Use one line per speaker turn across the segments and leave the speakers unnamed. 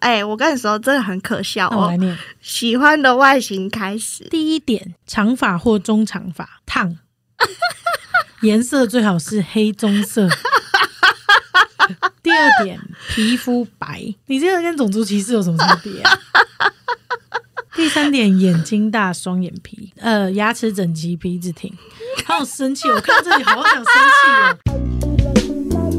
哎、我跟你说，真的很可笑
那我
哦
来。念。
喜欢的外形开始，
第一点，长发或中长发，烫，颜色最好是黑棕色。 第二点，皮肤白，你这个跟种族歧视有什么差别啊？ 第三点，眼睛大，双眼皮，呃，牙齿整齐，鼻子挺。好想生气哦，我看到这里好想生气哦。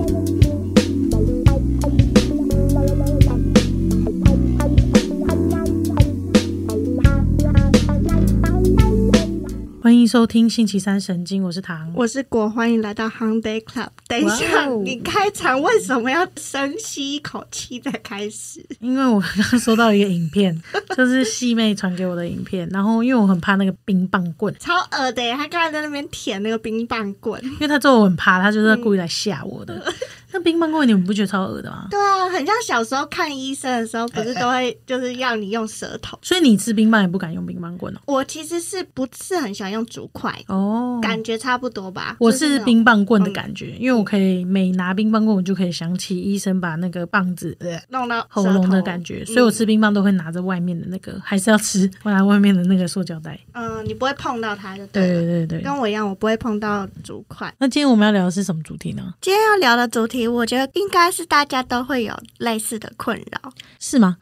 欢迎收听星期三神经，我是唐。
我是果，欢迎来到 Hung Day Club。等一下
哇哦
你开场为什么要深吸一口气再开始？
因为我刚刚收到一个影片， 就是细妹传给我的影片，然后因为我很怕那个冰棒棍，
超恶的耶！他刚才在那边舔那个冰棒棍。
因为她知道我很怕，她就是故意来吓我 的。那冰棒棍你们不觉得超恶的吗？
对啊，很像小时候看医生的时候，不是都 会就是要你用舌头。
所以你吃冰棒也不敢用冰棒棍哦。
我其实是不是很想用竹筷，
哦，
感觉差不多吧。
我
就是
是
那种
冰棒棍的感觉，因为我可以每拿冰棒棍，我就可以想起医生把那个棒子、呃、
弄到
喉咙的感
觉。
觉，所以我吃冰棒都会拿着外面的那个，还是要吃，我拿外面的那个塑胶袋。
嗯、你不会碰到它就
对
了。
对对对。
跟我一样，我不会碰到竹筷。
那今天我们要聊的是什么主题呢？
今天要聊的主题，我觉得应该是大家都会有类似的困扰，
是吗？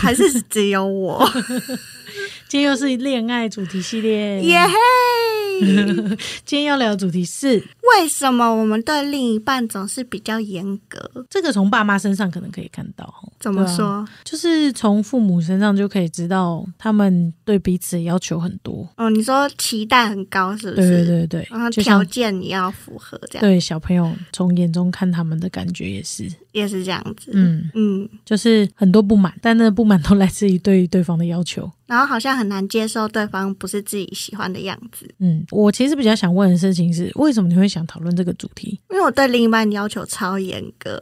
还是只有我？
今天又是恋爱主题系列。
耶嘿！
今天要聊的主题是
为什么我们对另一半总是比较严格？
这个，从爸妈身上可能可以看到哦，
怎么
对啊
说？
就是从父母身上就可以知道他们对彼此要求很多。
哦，你说期待很高是不
对
是？
对对对，
然后
就
条
像
件也要符合，这样
对小朋友从眼中看他们的感觉也是，
也是这样子。
嗯，
嗯，
就是很多不满，但那不满都来自于对对方的要求。
然后好像很难接受对方不是自己喜欢的样子，
嗯，我其实比较想问的事情是，为什么你会想讨论这个主题？
因为我对另一半要求超严 格，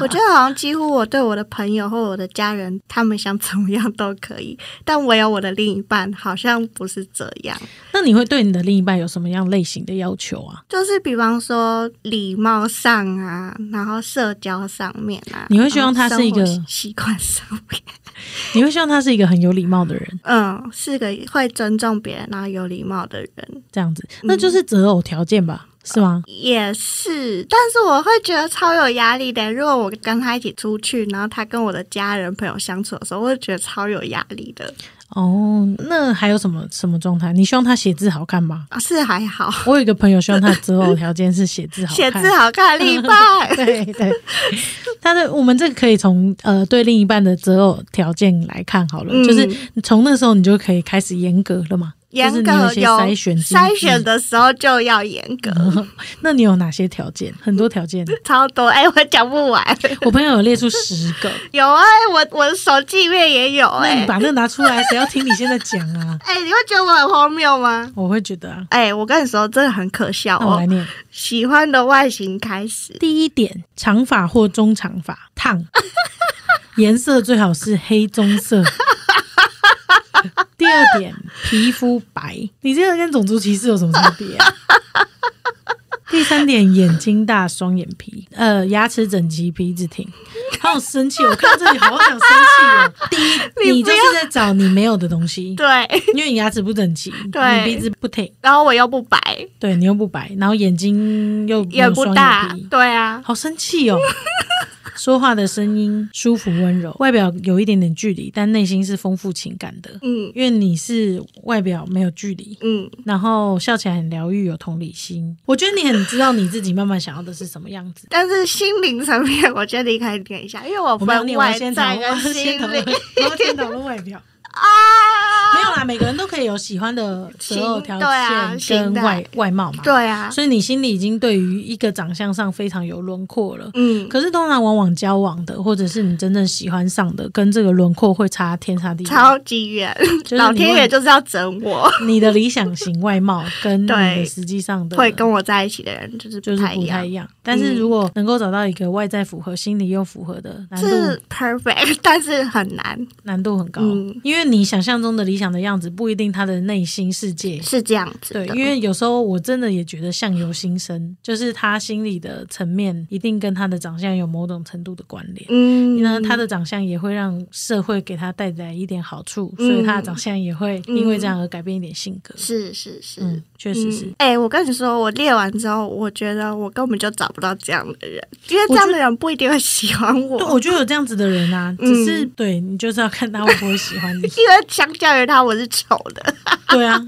我觉得好像几乎我对我的朋友或我的家人，他们想怎么样都可以，但唯有我的另一半好像不是这样。
那你会对你的另一半有什么样类型的要求啊？
就是比方说礼貌上啊，然后社交上面啊，
你会希望他是一个
然后生活习惯上面，
你会希望他是一个很有礼貌的人，
嗯，是个会尊重别人然后有礼貌的人，
这样子，
嗯
那就是择偶条件吧？是吗？
也是，但是我会觉得超有压力的。如果我跟他一起出去，然后他跟我的家人朋友相处的时候，我会觉得超有压力的。
哦，那还有什么什么状态？你希望他写字好看 吗？
啊是还好，
我有一个朋友希望他择偶条件是写字好看，
写字好看，另一半
对对。但是我们这个可以从呃对另一半的择偶条件来看好了，
嗯
就是从那时候你就可以开始严格了嘛。
严
就是你
格
有一些
有
筛选机制
筛选的时候就要严 格，
那你有哪些条件？很多条件，
超多哎、我讲不完。
我朋友有列出十个，
有啊，我我的手机里面也有
那
哎、
你把那个拿出来，谁要听你现在讲啊？
哎、你会觉得我很荒谬吗？
我会觉得啊，
哎、我跟你说，真的很可笑
那我来
哦。
念。
喜欢的外形开始，
第一点，长发或中长发，烫， 颜色最好是黑棕色。第二点，皮肤白，你这个跟种族歧视有什么差别啊？第三点，眼睛大，双眼皮，呃，牙齿整齐，鼻子挺。好想生气哦，我看到这里好想生 气哦。第一，
你
你
不
就
要
是在找你没有的东西，
对，
因为你牙齿不整齐，你
对
鼻子不挺，
然后我又不白，
对你又不白，然后眼睛又没有
也不
双
大
眼皮，
对啊，
好生气 哦！说话的声音舒服温柔，外表有一点点距离，但内心是丰富情感的。
嗯
因为你是外表没有距离，
嗯，
然后笑起来很疗愈，有同理心。我觉得你很知道你自己慢慢想要的是什么样子。
但是心灵层面，我觉得你可以点一下，因为我
我们要
分
念，我
外
要先讨
在
论，我
跟
要先
心
讨论，
灵
我要先讨论外表。
啊，
没有啦，每个人都可以有喜欢的择偶条
行对啊
件
行
跟
的
外外貌嘛。，
对啊，
所以你心里已经对于一个长相上非常有轮廓了。
嗯，
可是通常往往交往的，或者是你真正喜欢上的，跟这个轮廓会差天差地远。
超级远，
嗯就是
老
你
天
会
爷就是要整我，
你的理想型外 貌跟你
对
的实际上的
会跟我在一起的人就是
就
不
是
太
不
一
太
样。
一样。但是如果能够找到一个外在符合、心理又符合的，难度
是 perfect，但是很难。
难度很高
嗯，
因为你想象中的理想想的样子，不一定他的内心世界。
是这样子
对
的，，
因为有时候我真的也觉得相由心生，就是他心理的层面一定跟他的长相有某种程度的关联。
嗯，
那他的长相也会让社会给他带来一点好处，
嗯
所以他的长相也会因为这样而改变一点性格。
是是是。
嗯，确实是
嗯。哎、我跟你说，我列完之后，我觉得我根本就找不到这样的人，因为这样的人不一定会喜欢我，
对，我觉得有这样子的人啊，
嗯。
只是对你就是要看他会不会喜欢你
因为相较于他，我是丑 的。
对啊，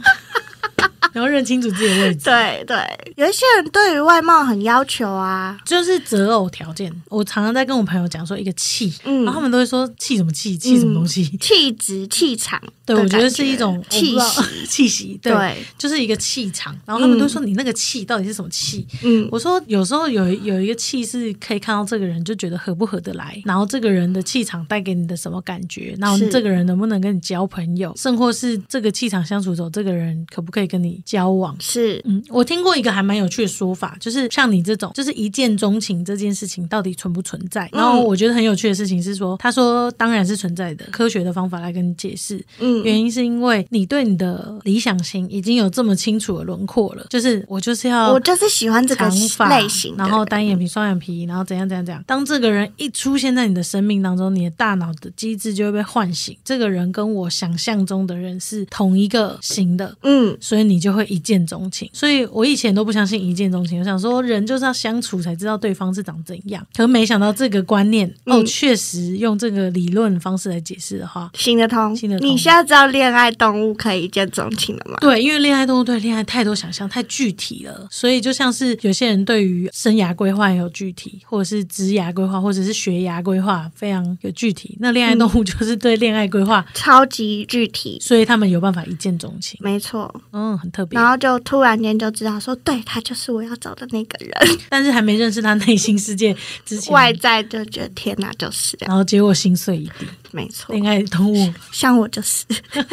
然后认清楚自己的位置。
对对，有一些人对于外貌很要求啊，
就是择偶条件，我常常在跟我朋友讲说一个气，
嗯
然后他们都会说气什么气，气什么东西。
气质、气场的感，
对，我觉得是一种
气息。
息，气息， 对，
对，
就是一个气场。然后他们都说你那个气到底是什么气？
嗯，
我说有时候有有一个气是可以看到这个人就觉得合不合得来，然后这个人的气场带给你的什么感觉，然后
是
这个人能不能跟你交朋友，甚或是这个气场相处之后，这个人可不可以跟你交往？
是，
嗯，我听过一个还蛮有趣的说法，就是像你这种，就是一见钟情这件事情到底存不存在？然后我觉得很有趣的事情是说，他说当然是存在的，科学的方法来跟你解释，
嗯，
原因是因为你对你的理想型已经有这么清楚的轮廓了，就是我就是要
我就是喜欢这个
哦长发，
类型的
然
人，
后单眼皮、双眼皮，然后怎样怎样怎样。当这个人一出现在你的生命当中，你的大脑的机制就会被唤醒，这个人跟我想象中的人是同一个型的。
嗯，
所以你就会一见钟情。所以我以前都不相信一见钟情，我想说人就是要相处才知道对方是长怎样。可没想到这个观念，哦，
嗯
确实用这个理论方式来解释的话，
行得通。
行得通
你现在知道恋爱动物可以一见钟情了吗？
对，因为恋爱动物对恋爱太多想象，太具体了，所以就像是有些人对于生涯规划也有具体，或者是职涯规划，或者是学涯规划非常有具体。那恋爱动物就是对恋爱规划，
超级具体，
所以他们有办法一见钟情，
没错。
嗯，很特别
然。后就突然间就知道说，对他就是我要找的那个人，
但是还没认识他内心世界之前，
外在就觉得天哪，就是这样，
然后结果心碎一地，
没错，
恋爱动物。
像我就是。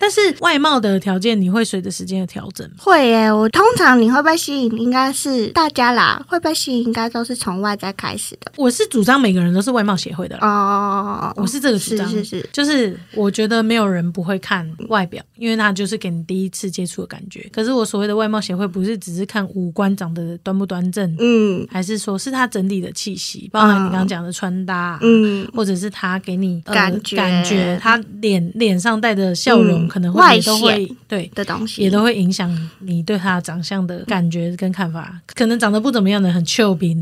但是外貌的条件你会随着时间的调整吗？
会耶，我通常你会被吸引，应该是大家啦，会被吸引应该都是从外在开始的
我是主张每个人都是外貌协会的啦。
哦。
我是这个主
是
张，
是嗯是，
就是我觉得没有人不会看外表，因为他就是给你第一次接触的感觉。可是我所谓的外貌协会，不是只是看五官长得端不端正，
嗯
还是说是他整体的气息，包含你刚刚讲的穿搭。
嗯，
或者是他给你、呃、
感觉
感觉他脸脸上带的笑容，
嗯
可能会
外
也都会对，
的东西
也都会影响你对他长相的感觉跟看法。可能长得不怎么样的很俏皮，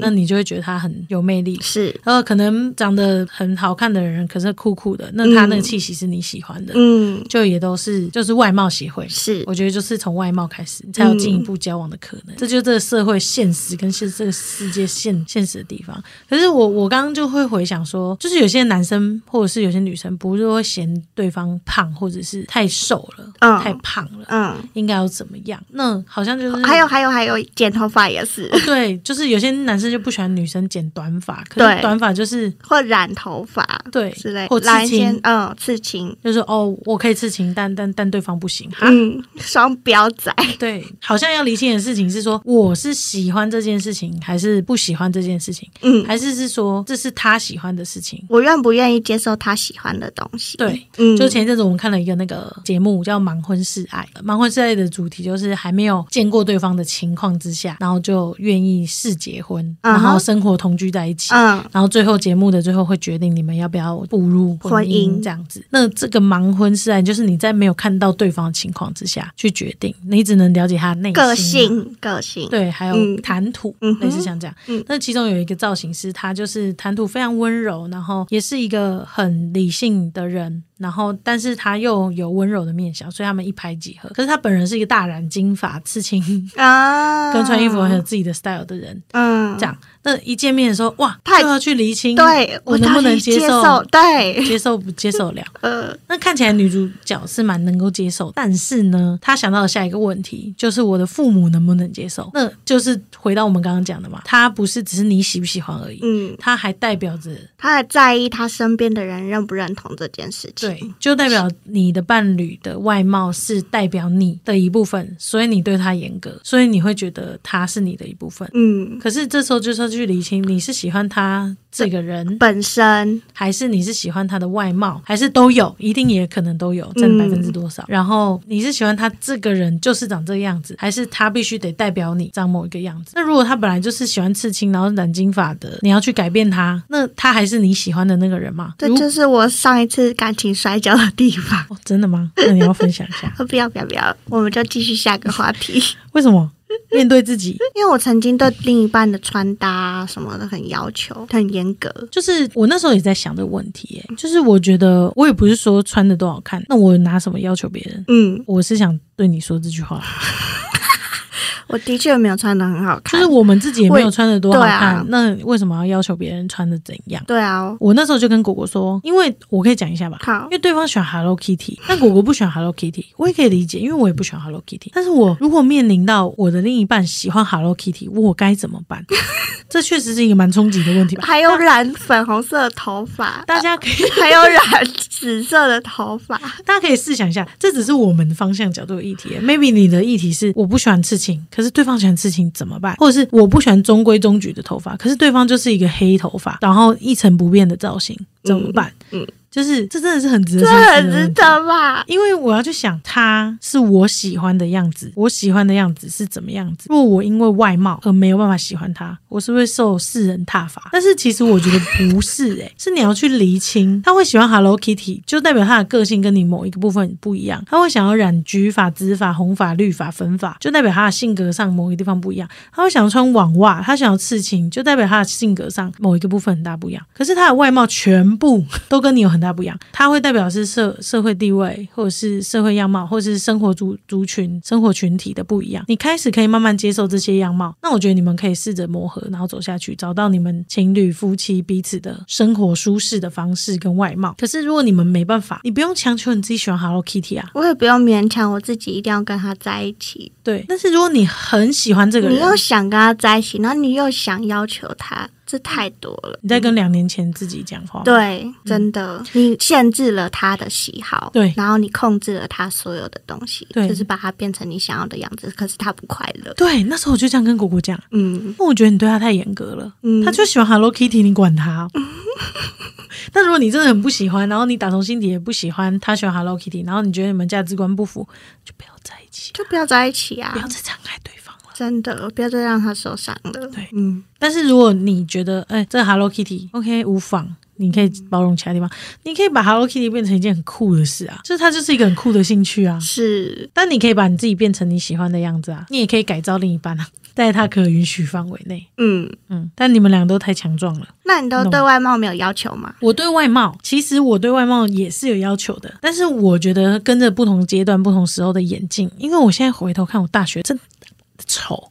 那
嗯
你就会觉得他很有魅力。
是
然后呃可能长得很好看的人，可是酷酷的，那他那个气息是你喜欢的，
嗯
就也都是就是外貌协会。
是
我觉得就是从外貌开始，才有进一步交往的可
嗯
能。这就是这个社会现实跟现这个世界现现实的地方。可是我我刚刚就会回想说，就是有些男生或者是有些女生，不是会嫌对方胖或者是太瘦了，
嗯
太胖了，
嗯，
应该要怎么样？那好像就是
还有还有还有剪头发也是，
对，就是有些男生就不喜欢女生剪短发，可是
对
短发就是
或染头发
对
之类，
或
染
刺
一些
青，
嗯刺青，
就是哦，我可以刺青，但但但对方不行。哈
嗯双标仔，
对，好像要理清的事情是说，我是喜欢这件事情，还是不喜欢这件事情，
嗯，
还是是说这是他喜欢的事情？
我愿不愿意接受他喜欢的东西？
对，
嗯，
就前一阵子我们看了一个那个节目叫《盲婚试爱》，《盲婚试爱》的主题就是还没有见过对方的情况之下，然后就愿意试结婚，
嗯
然
哼
后生活同居在一起。
嗯
然后最后节目的最后会决定你们要不要步入婚
婚
姻
姻
这样子。那这个盲婚试爱就是你在没有看到对方的情况之下去决定，你只能了解他内心
个性个性，
啊对，还有
嗯
谈吐，
嗯哼
类似像这样
嗯。
那其中有一个造型师，他就是谈吐非常温柔，然后也是一个很理性的人，然后但是他又有温柔的面相，所以他们一拍即合。可是他本人是一个大染金发、刺青、
啊，
跟穿衣服很有自己的 style 的人，
嗯
这样。那一见面的时候，哇，
太
就要去厘清，
对
我能不
到
能
底接
受？
对，
接受不接受了？
呃，
那看起来女主角是蛮能够接受，但是呢，她想到的下一个问题就是我的父母能不能接受？那就是回到我们刚刚讲的嘛，她不是只是你喜不喜欢而已，
嗯，
她还代表着
他还在意他身边的人认不认同这件事情。
对
行。，
就代表你的伴侣的外貌是代表你的一部分，所以你对他严格，所以你会觉得他是你的一部分。
嗯，
可是这时候就是要去理清，你是喜欢他这个人，
本身
还是你是喜欢他的外貌，还是都有，一定也可能都有，占百分之多少？然后你是喜欢他这个人就是长这个样子，还是他必须得代表你长某一个样子？那如果他本来就是喜欢刺青，然后染金发的，你要去改变他，那他还是你喜欢的那个人吗？
这
如
就是我上一次感情摔跤的地方。
哦，真的吗？那你要分享一 下
不要不要不要，我们就继续下个话题。
为什么？面对自己，
因为我曾经对另一半的穿搭啊什么的很要求，很严格。
就是我那时候也在想这个问题、耶，就是我觉得我也不是说穿的多好看，那我拿什么要求别人？
嗯，
我是想对你说这句话，
我的确没有穿的很好
就
看。
是我们自己也没有穿的多好
对
看，
啊
那为什么要要求别人穿的怎样？
对啊，我
我那时候就跟果果说，因为我可以讲一下吧，
好
因，为对方喜欢 Hello Kitty，但果果不喜欢 Hello Kitty，我也可以理解，因为我也不喜欢 Hello Kitty。但是我如果面临到我的另一半喜欢 Hello Kitty，我该怎么办？ 这确实是一个蛮冲击的问题吧。
还有染粉红色的头 发，
大家可以
还有染紫色的头发。
大家可以试想一下，这只是我们方向角度的议题。Maybe 你的议题是我不喜欢刺青，可是对方喜欢刺青怎么办？或者是我不喜欢中规中矩的头发，可是对方就是一个黑头发，然后一成不变的造型怎么办？
嗯嗯
就是这真的是很值得
这
深思的
很值
问题
得吧？
因为我要去想，他是我喜欢的样子，我喜欢的样子是怎么样子？如果我因为外貌而没有办法喜欢他，我是不是受世人挞伐？但是其实我觉得不是、欸，诶， 是你要去厘清，他会喜欢 Hello Kitty，就代表他的个性跟你某一个部分不一样。他会想要染橘发、紫发、红发、绿发、粉发，就代表他的性格上某一个地方不一样。他会想要穿网袜，他想要刺青，就代表他的性格上某一个部分很大不一样。可是他的外貌全部都跟你有很大不一样，他会代表是社社会地位，或者是社会样貌，或者是生活族族群、生活群体的不一样。你开始可以慢慢接受这些样貌，那我觉得你们可以试着磨合，然后走下去，找到你们情侣、夫妻彼此的生活舒适的方式跟外貌。可是如果你们没办法，你不用强求你自己喜欢 Hello Kitty 啊，
我也不用勉强我自己一定要跟他在一起。
对。但是如果你很喜欢这个人，
你又想跟他在一起，然后你又想要求他，这太多了。
你在跟两年前自己讲话吗，
对，真的，你限制了他的喜好，
嗯对
然后你控制了他所有的东西，
对
就是把他变成你想要的样子，可是他不快乐。
对，那时候我就这样跟果果讲，
嗯
那我觉得你对他太严格了，
嗯，
他就喜欢 Hello Kitty，你管他 哦。但如果你真的很不喜欢，然后你打从心底也不喜欢他喜欢 Hello Kitty，然后你觉得你们价值观不符，就不要在一起，
就不要在一起啊
不！要再伤害对方了。
真的，不要再让他受伤了。
对，
嗯，
但是如果你觉得，哎、这 Hello Kitty OK 无妨，你可以包容其他地方，你可以把 Hello Kitty 变成一件很酷的事啊，就是它就是一个很酷的兴趣啊。
是
但你可以把你自己变成你喜欢的样子啊，你也可以改造另一半啊，在他可允许范围内。
嗯。
嗯，但你们俩都太强壮了。
那你都对外貌没有要求吗？
我对外貌，其实我对外貌也是有要求的，但是我觉得跟着不同阶段、不同时候的眼镜，因为我现在回头看我大学真的丑，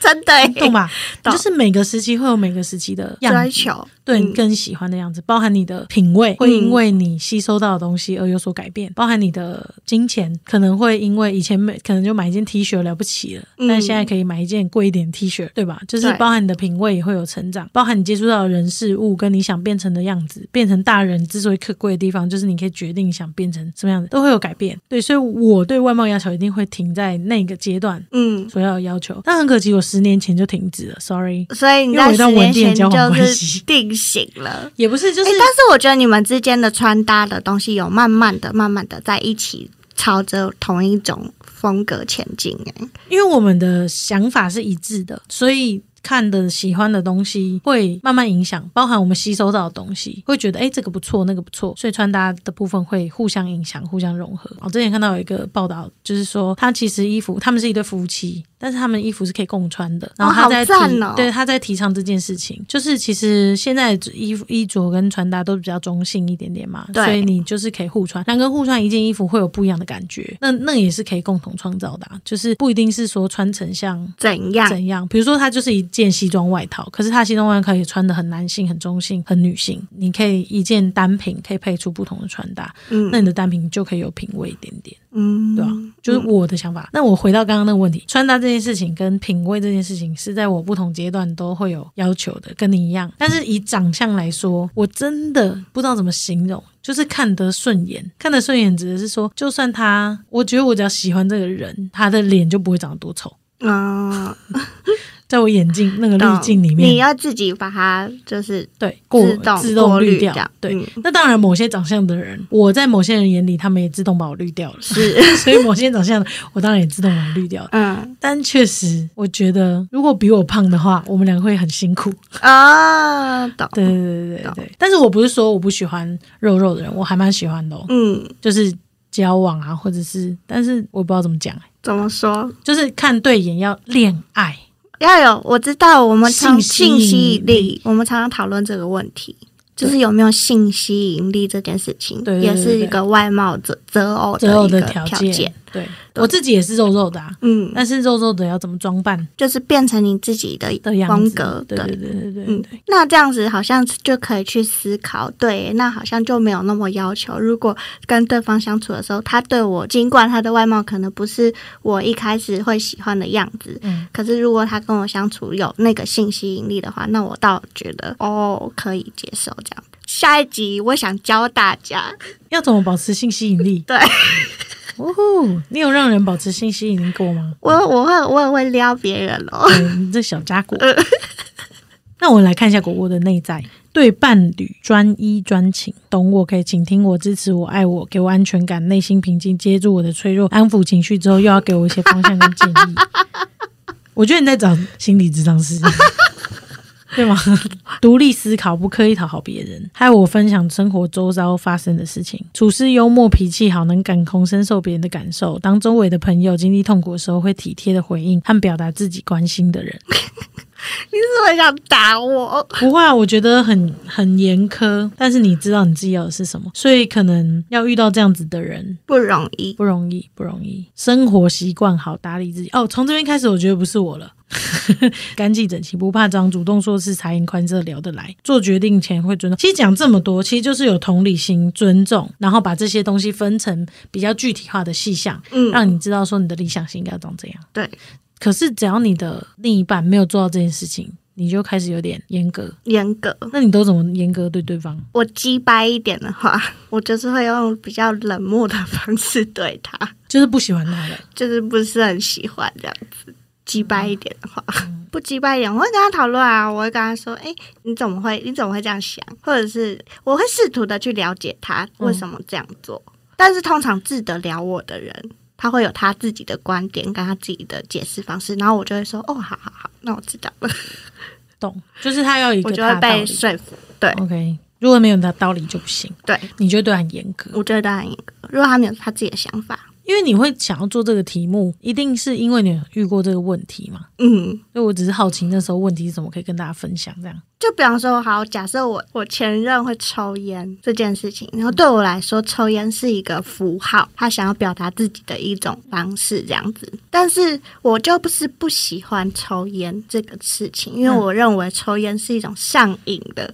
真的耶、
懂吧？
懂
就是每个时期会有每个时期的样
追
子，
求
对你
嗯
更喜欢的样子，包含你的品味会因为你吸收到的东西而有所改变，包含你的金钱可能会因为以前每可能就买一件 T 恤了不起了，
嗯
但现在可以买一件贵一点的 T 恤，对吧？就是
对
包含你的品味也会有成长，包含你接触到的人事物跟你想变成的样子，变成大人之所以可贵的地方，就是你可以决定想变成什么样子，都会有改变。对，所以我对外貌要求一定会停在那个阶段
嗯，
所要的要求，但很可惜，我十年前就停止了，sorry。
所以你
因为
在
我
十
到
年
文店
前
交往
就
关
是
系
定型了。
也不是，就
哎、
是、
但是我觉得你们之间的穿搭的东西有慢慢的、慢慢的在一起，朝着同一种风格前进、哎，
因为我们的想法是一致的，所以看的喜欢的东西会慢慢影响，包含我们吸收到的东西，会觉得诶这个不错，那个不错，所以穿搭的部分会互相影响、互相融合。我之前哦看到有一个报道，就是说他其实衣服，他们是一对夫妻，但是他们衣服是可以共穿的。然后他在提，
好赞哦
对，他在提倡这件事情，就是其实现在衣服、衣着跟穿搭都比较中性一点点嘛，
对
所以你就是可以互穿，两个人互穿一件衣服会有不一样的感觉，那那也是可以共同创造的、啊，就是不一定是说穿成像
怎样？
怎样，比如说它就是一件西装外套，可是他的西装外套可以穿的很男性、很中性、很女性，你可以一件单品可以配出不同的穿搭，
嗯
那你的单品就可以有品味一点点，
嗯，
对吧、就是我的想法。那我回到刚刚那个问题，穿搭这件事情跟品味这件事情是在我不同阶段都会有要求的，跟你一样。但是以长相来说，我真的不知道怎么形容。就是看得顺眼，看得顺眼指的是说，就算他，我觉得我只要喜欢这个人，他的脸就不会长得多丑。
嗯，
在我眼镜那个
懂
滤镜里
你
面，
要自己把它就是
对过
自动
自
过
动
滤
滤掉
掉。
对，
嗯
那当然，某些长相的人，我在某些人眼里，他们也自动把我滤掉了。
是，
所以某些长相，我当然也自动把我滤掉了。
嗯
但确实，我觉得如果比我胖的话，我们两个会很辛苦。
啊，懂，
对对对对
懂
对。但是我不是说我不喜欢肉肉的人，我还蛮喜欢的、哦，
嗯，
就是交往啊，或者是，但是我不知道怎么讲，欸
怎么说？
就是看对眼要恋爱。
要有，我知道我们常
性吸引
性
力
吸引力，我们常常讨论这个问题，就是有没有性吸引力这件事情，
对对对
也是一个外貌择择偶
择偶
一个
的
条
条件，对我自己也是肉肉的、啊，
嗯，
但是肉肉的要怎么装扮
就是变成你自己的
的样
风
子？
格，
对对对对对对
嗯，那这样子好像就可以去思考，对，那好像就没有那么要求。如果跟对方相处的时候，他对我，尽管他的外貌可能不是我一开始会喜欢的样子，
嗯
可是如果他跟我相处有那个性吸引力的话，那我倒觉得哦，可以接受这样。下一集我想教大家，
要怎么保持性吸引力？
对，
哦吼，你有让人保持性吸引力过吗？
我我会我也会撩别人哦。
对你嗯这小家伙。那我们来看一下果果的内在，对伴侣专一专情，懂我，可以倾听我，支持我，爱我，给我安全感，内心平静，接住我的脆弱，安抚情绪之后，又要给我一些方向跟建议。我觉得你在找心理智商师，对吗？独立思考，不刻意讨好别人，还有我分享生活周遭发生的事情，处事幽默，脾气好，能感同身受别人的感受。当周围的朋友经历痛苦的时候，会体贴的回应和表达自己关心的人。
你是不是想打我？
不会啊，我觉得很很严苛，但是你知道你自己要的是什么，所以可能要遇到这样子的人
不容易，
不容易，不容易。生活习惯好，打理自己。哦，从这边开始，我觉得不是我了。 干净整齐，不怕脏，主动做事，察言观色，聊得来。做决定前会尊重。其实讲这么多，其实就是有同理心、尊重，然后把这些东西分成比较具体化的细项，
嗯，
让你知道说你的理想型应该长怎样。
对，
可是只要你的另一半没有做到这件事情，你就开始有点严格。
严格。
那你都怎么严格对对方？
我鸡掰一点的话， 我就是会用比较冷漠的方式对他，
就是不喜欢他了，
就是不是很喜欢这样子。鸡掰一点的话，不鸡掰一点，我会跟他讨论啊，我会跟他说，哎、你怎么会你怎么会这样想？或者是我会试图的去了解他为什么这样做。但是通常治得了我的人，他会有他自己的观点跟他自己的解释方式，然后我就会说，哦，好好好，那我知道了，
懂？就是他要有一
我
个
就
他
会
的道
被
理。
说服。对
OK，如果没有他的道理就不行，
对，
你就对他很严格。
我就会答应一个。如果他没有他自己的想法，
因为你会想要做这个题目，一定是因为你有遇过这个问题嘛。
嗯，
所以我只是好奇那时候问题是什么，可以跟大家分享这样。
就比方说，好，假设我我前任会抽烟这件事情，然后对我来说，抽烟是一个符号，他想要表达自己的一种方式，这样子。但是我就不是不喜欢抽烟这个事情，因为
嗯
我认为抽烟是一种上瘾的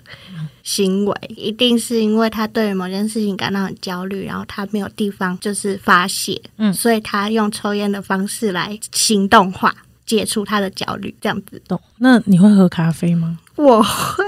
行为，一定是因为他对于某件事情感到很焦虑，然后他没有地方就是发泄，
嗯
所以他用抽烟的方式来行动化解除他的焦虑，这样子。
懂？那你会喝咖啡 吗？
我会，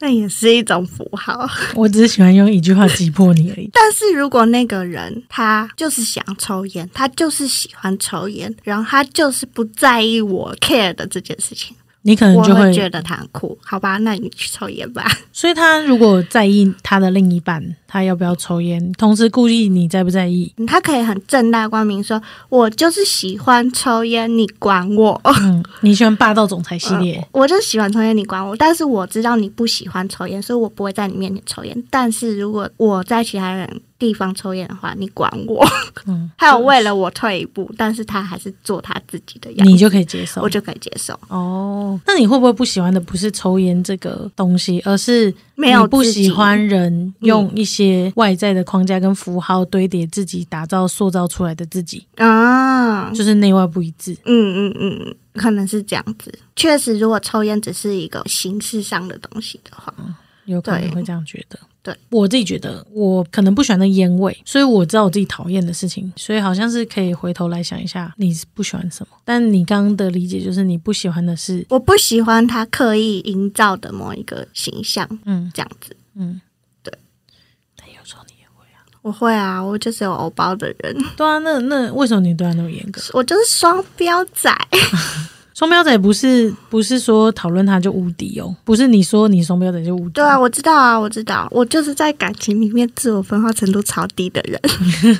那也是一种符号。
我只是喜欢用一句话击破你而已。
但是如果那个人他就是想抽烟，他就是喜欢抽烟，然后他就是不在意我 care 的这件事情，
你可能
我
嗯就
会
会，
觉得他很酷。好吧，那你去抽烟吧。
所以他如果在意他的另一半，他要不要抽烟，同时顾忌你在不在意，
他可以很正大光明说，我就是喜欢抽烟，你管我。
嗯，你喜欢霸道总裁系列，
我就是喜欢抽烟，你管我。但是我知道你不喜欢抽烟，所以我不会在你面前抽烟。但是如果我在其他人地方抽烟的话，你管我。
嗯，
还有为了我退一步，但是他还是做他自己的样
你
子，
就可以接受
我。就可以接受。
哦，那你会不会不喜欢的不是抽烟这个东西，而是
没有
你不
自己
喜欢人用一些外在的框架跟符号堆叠自己，打造塑造出来的自己，
啊，
就是内外不一致。
嗯嗯嗯，可能是这样子。确实，如果抽烟只是一个形式上的东西的话，
嗯有可能
对
会这样觉得。
对
我自己觉得，我可能不喜欢那烟味，所以我知道我自己讨厌的事情，所以好像是可以回头来想一下，你是不喜欢什么？但你刚刚的理解就是你不喜欢的是，
我不喜欢他刻意营造的某一个形象，
嗯
这样子。
嗯，
对。
但有时候你也会啊。
我会啊，我就是有欧包的人，
对啊，那那为什么你对他那么严格？
我就是双标仔。
双标仔不是不是说讨论他就无敌哦，不是你说你双标仔就无敌。
对啊，，我知道啊，我知道，我就是在感情里面自我分化程度超低的人，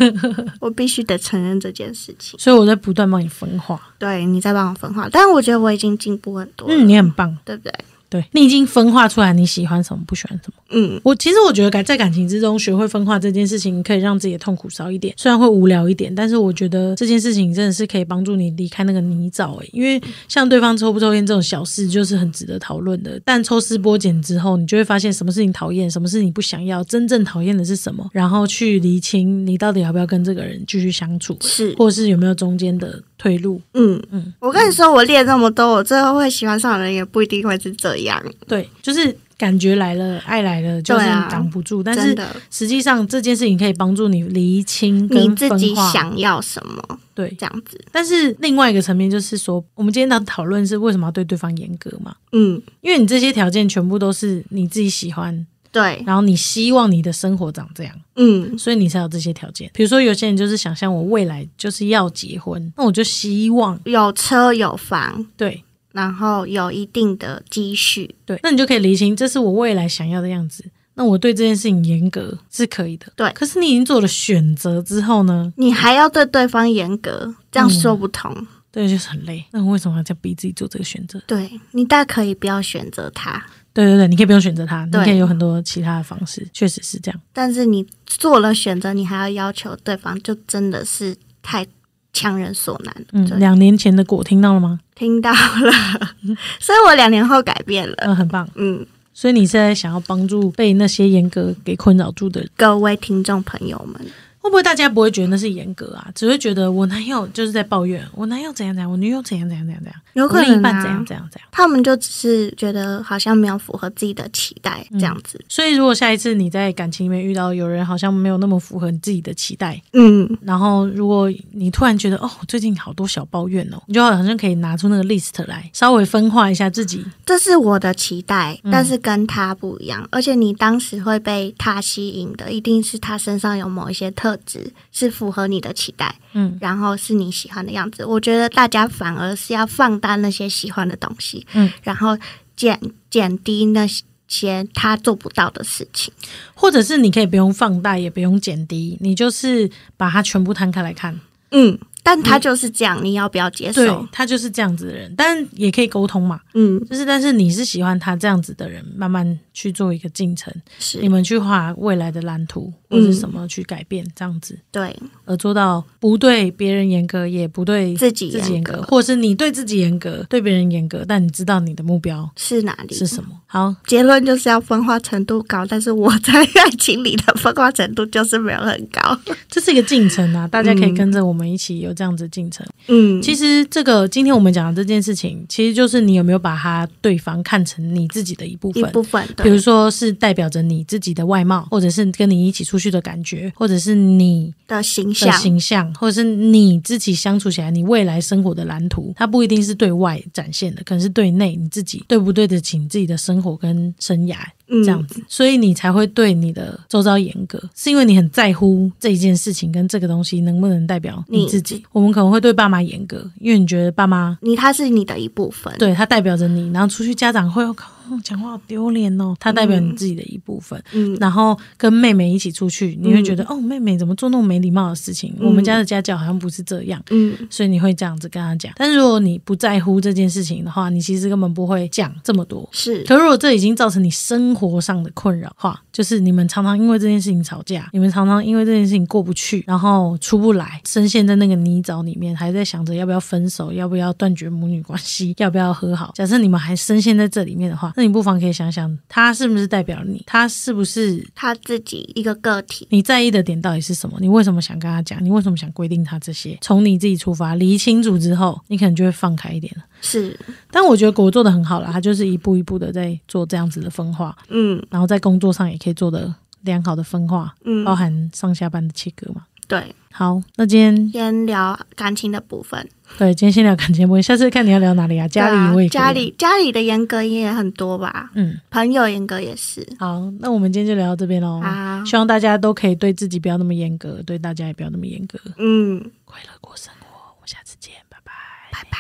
我必须得承认这件事情。
所以我在不断帮你分化。
对你在帮我分化，但我觉得我已经进步很多了，
嗯，你很棒，
对不对？
对你已经分化出来你喜欢什么，不喜欢什么。
嗯，
我其实我觉得感在感情之中学会分化这件事情，可以让自己的痛苦少一点，虽然会无聊一点，但是我觉得这件事情真的是可以帮助你离开那个泥沼、欸。因为像对方抽不抽烟这种小事，就是很值得讨论的。但抽丝剥茧之后，你就会发现什么是你讨厌，什么是你不想要，真正讨厌的是什么，然后去厘清你到底要不要跟这个人继续相处，
是，
或是有没有中间的退路。
嗯
嗯
嗯。我跟你说，我列这么多，我最后会喜欢上的人也不一定会是这样，
对，就是感觉来了，爱来了，就是
对啊
挡不住，但是
真。的，
实际上这件事情可以帮助你厘清
你
跟
自
分
己
化
想要什么
对，
这样子，
但是另外一个层面就是说，我们今天的讨论是为什么要对对方严格嘛？
嗯，
因为你这些条件全部都是你自己喜欢，
对，
然后你希望你的生活长这样，
嗯，
所以你才有这些条件。比如说，有些人就是想象我未来就是要结婚，那我就希望
有车有房，
对
然后有一定的积蓄，
对，那你就可以理清这是我未来想要的样子。那我对这件事情严格是可以的，
对
可是你已经做了选择之后呢？
你还要对对方严格，这样说不通。
对，就是很累。那我为什么要再逼自己做这个选择？
对你大可以不要选择他，
对对对，你可以不用选择它，你
对
可以有很多其他的方式。确实是这样。
但是你做了选择，你还要要求对方，就真的是太强人所难了。
嗯，
对
两年前的果听到了吗？
听到了， 所以我两年后改变了。
嗯，很棒。
嗯，
所以你现在想要帮助被那些严格给困扰住的人，
各位听众朋友们，
会不会大家不会觉得那是严格啊？只会觉得我男友就是在抱怨，我男友怎样怎样，我女友怎样怎样怎样怎样，
有可
我另一
能、
半怎样
啊、
怎样怎样。
他们就只是觉得好像没有符合自己的期待
嗯
这样子。
所以，如果下一次你在感情里面遇到有人好像没有那么符合你自己的期待，
嗯，
然后如果你突然觉得哦，最近好多小抱怨哦，你就好像可以拿出那个 list 来，稍微分化一下自己。
这是我的期待，
嗯
但是跟他不一样。而且你当时会被他吸引的，一定是他身上有某一些特质是符合你的期待，
嗯，
然后是你喜欢的样子。我觉得大家反而是要放大那些喜欢的东西，
嗯，
然后减减低那些他做不到的事情。
或者是你可以不用放大，也不用减低，你就是把它全部摊开来看。
嗯，但他就是这样，你要不要接
对
受？
他就是这样子的人，但也可以沟通嘛。
嗯，
就是，但是你是喜欢他这样子的人，慢慢去做一个进程，你
是
们去画未来的蓝图或
嗯
者什么去改变，这样子，
对
而做到不对别人严格，也不对
自己
自己严
严
格，
格
或者是你对自己严格，对别人严格，但你知道你的目标
是哪里？
是什么。好，
结论就是要分化程度高，但是我在爱情里的分化程度就是没有很高。
这是一个进程啊，大家可以
嗯
跟着我们一起有这样子的进程。
嗯，
其实这个今天我们讲的这件事情，其实就是你有没有把它对方看成你自己的一部
一
分。
部分
比
的，
如说是代表着你自己的外貌，或者是跟你一起出去的感觉，或者是你
的形
的
象，
形象，或者是你自己相处起来你未来生活的蓝图。它不一定是对外展现的，可能是对内你自己对不对得起你自己的生活跟生涯
嗯
这样子，所以你才会对你的周遭严格，是因为你很在乎这一件事情跟这个东西能不能代表你自己。我们可能会对爸妈严格，因为你觉得爸妈
你他是你的一部分，
对他代表着你，然后出去家长会，我哦靠，讲话好丢脸哦，他代表你自己的一部分。
嗯，
然后跟妹妹一起出去，你会觉得、哦，妹妹怎么做那么没礼貌的事情？
嗯
我们家的家教好像不是这样。
嗯
所以你会这样子跟他讲，但是如果你不在乎这件事情的话，你其实根本不会讲这么多。
是，
可如果这已经造成你生活上的困扰的话，就是你们常常因为这件事情吵架，你们常常因为这件事情过不去，然后出不来，深陷在那个泥沼里面，还在想 着要不要分手，要不要断绝母女关系，要不要和好。假设你们还深陷在这里面的话，那你不妨可以想想，它是不是代表你？它是不是
他自己一个个体，
你在意的点到底是什么？你为什么想跟他讲？你为什么想规定他这些？从你自己出发，理清楚之后，你可能就会放开一点了。
是，
但我觉得果做的很好啦，他就是一步一步的在做这样子的分化，
嗯
然后在工作上也可以做的良好的分化，
嗯，
包含上下班的切割嘛。
对，
好，那今天
先聊感情的部分，
对今天先聊感情部分，下次看你要聊哪里啊？家
对啊
里我也可以
家，里家里的严格也很多吧，
嗯，
朋友严格也是，啊
好，那我们今天哦就聊到这边喽。
好，
希望大家都可以对自己不要那么严格，对大家也不要那么严格，
嗯，
快乐过生活。我们下次见，拜拜。
拜拜。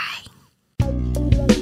Thank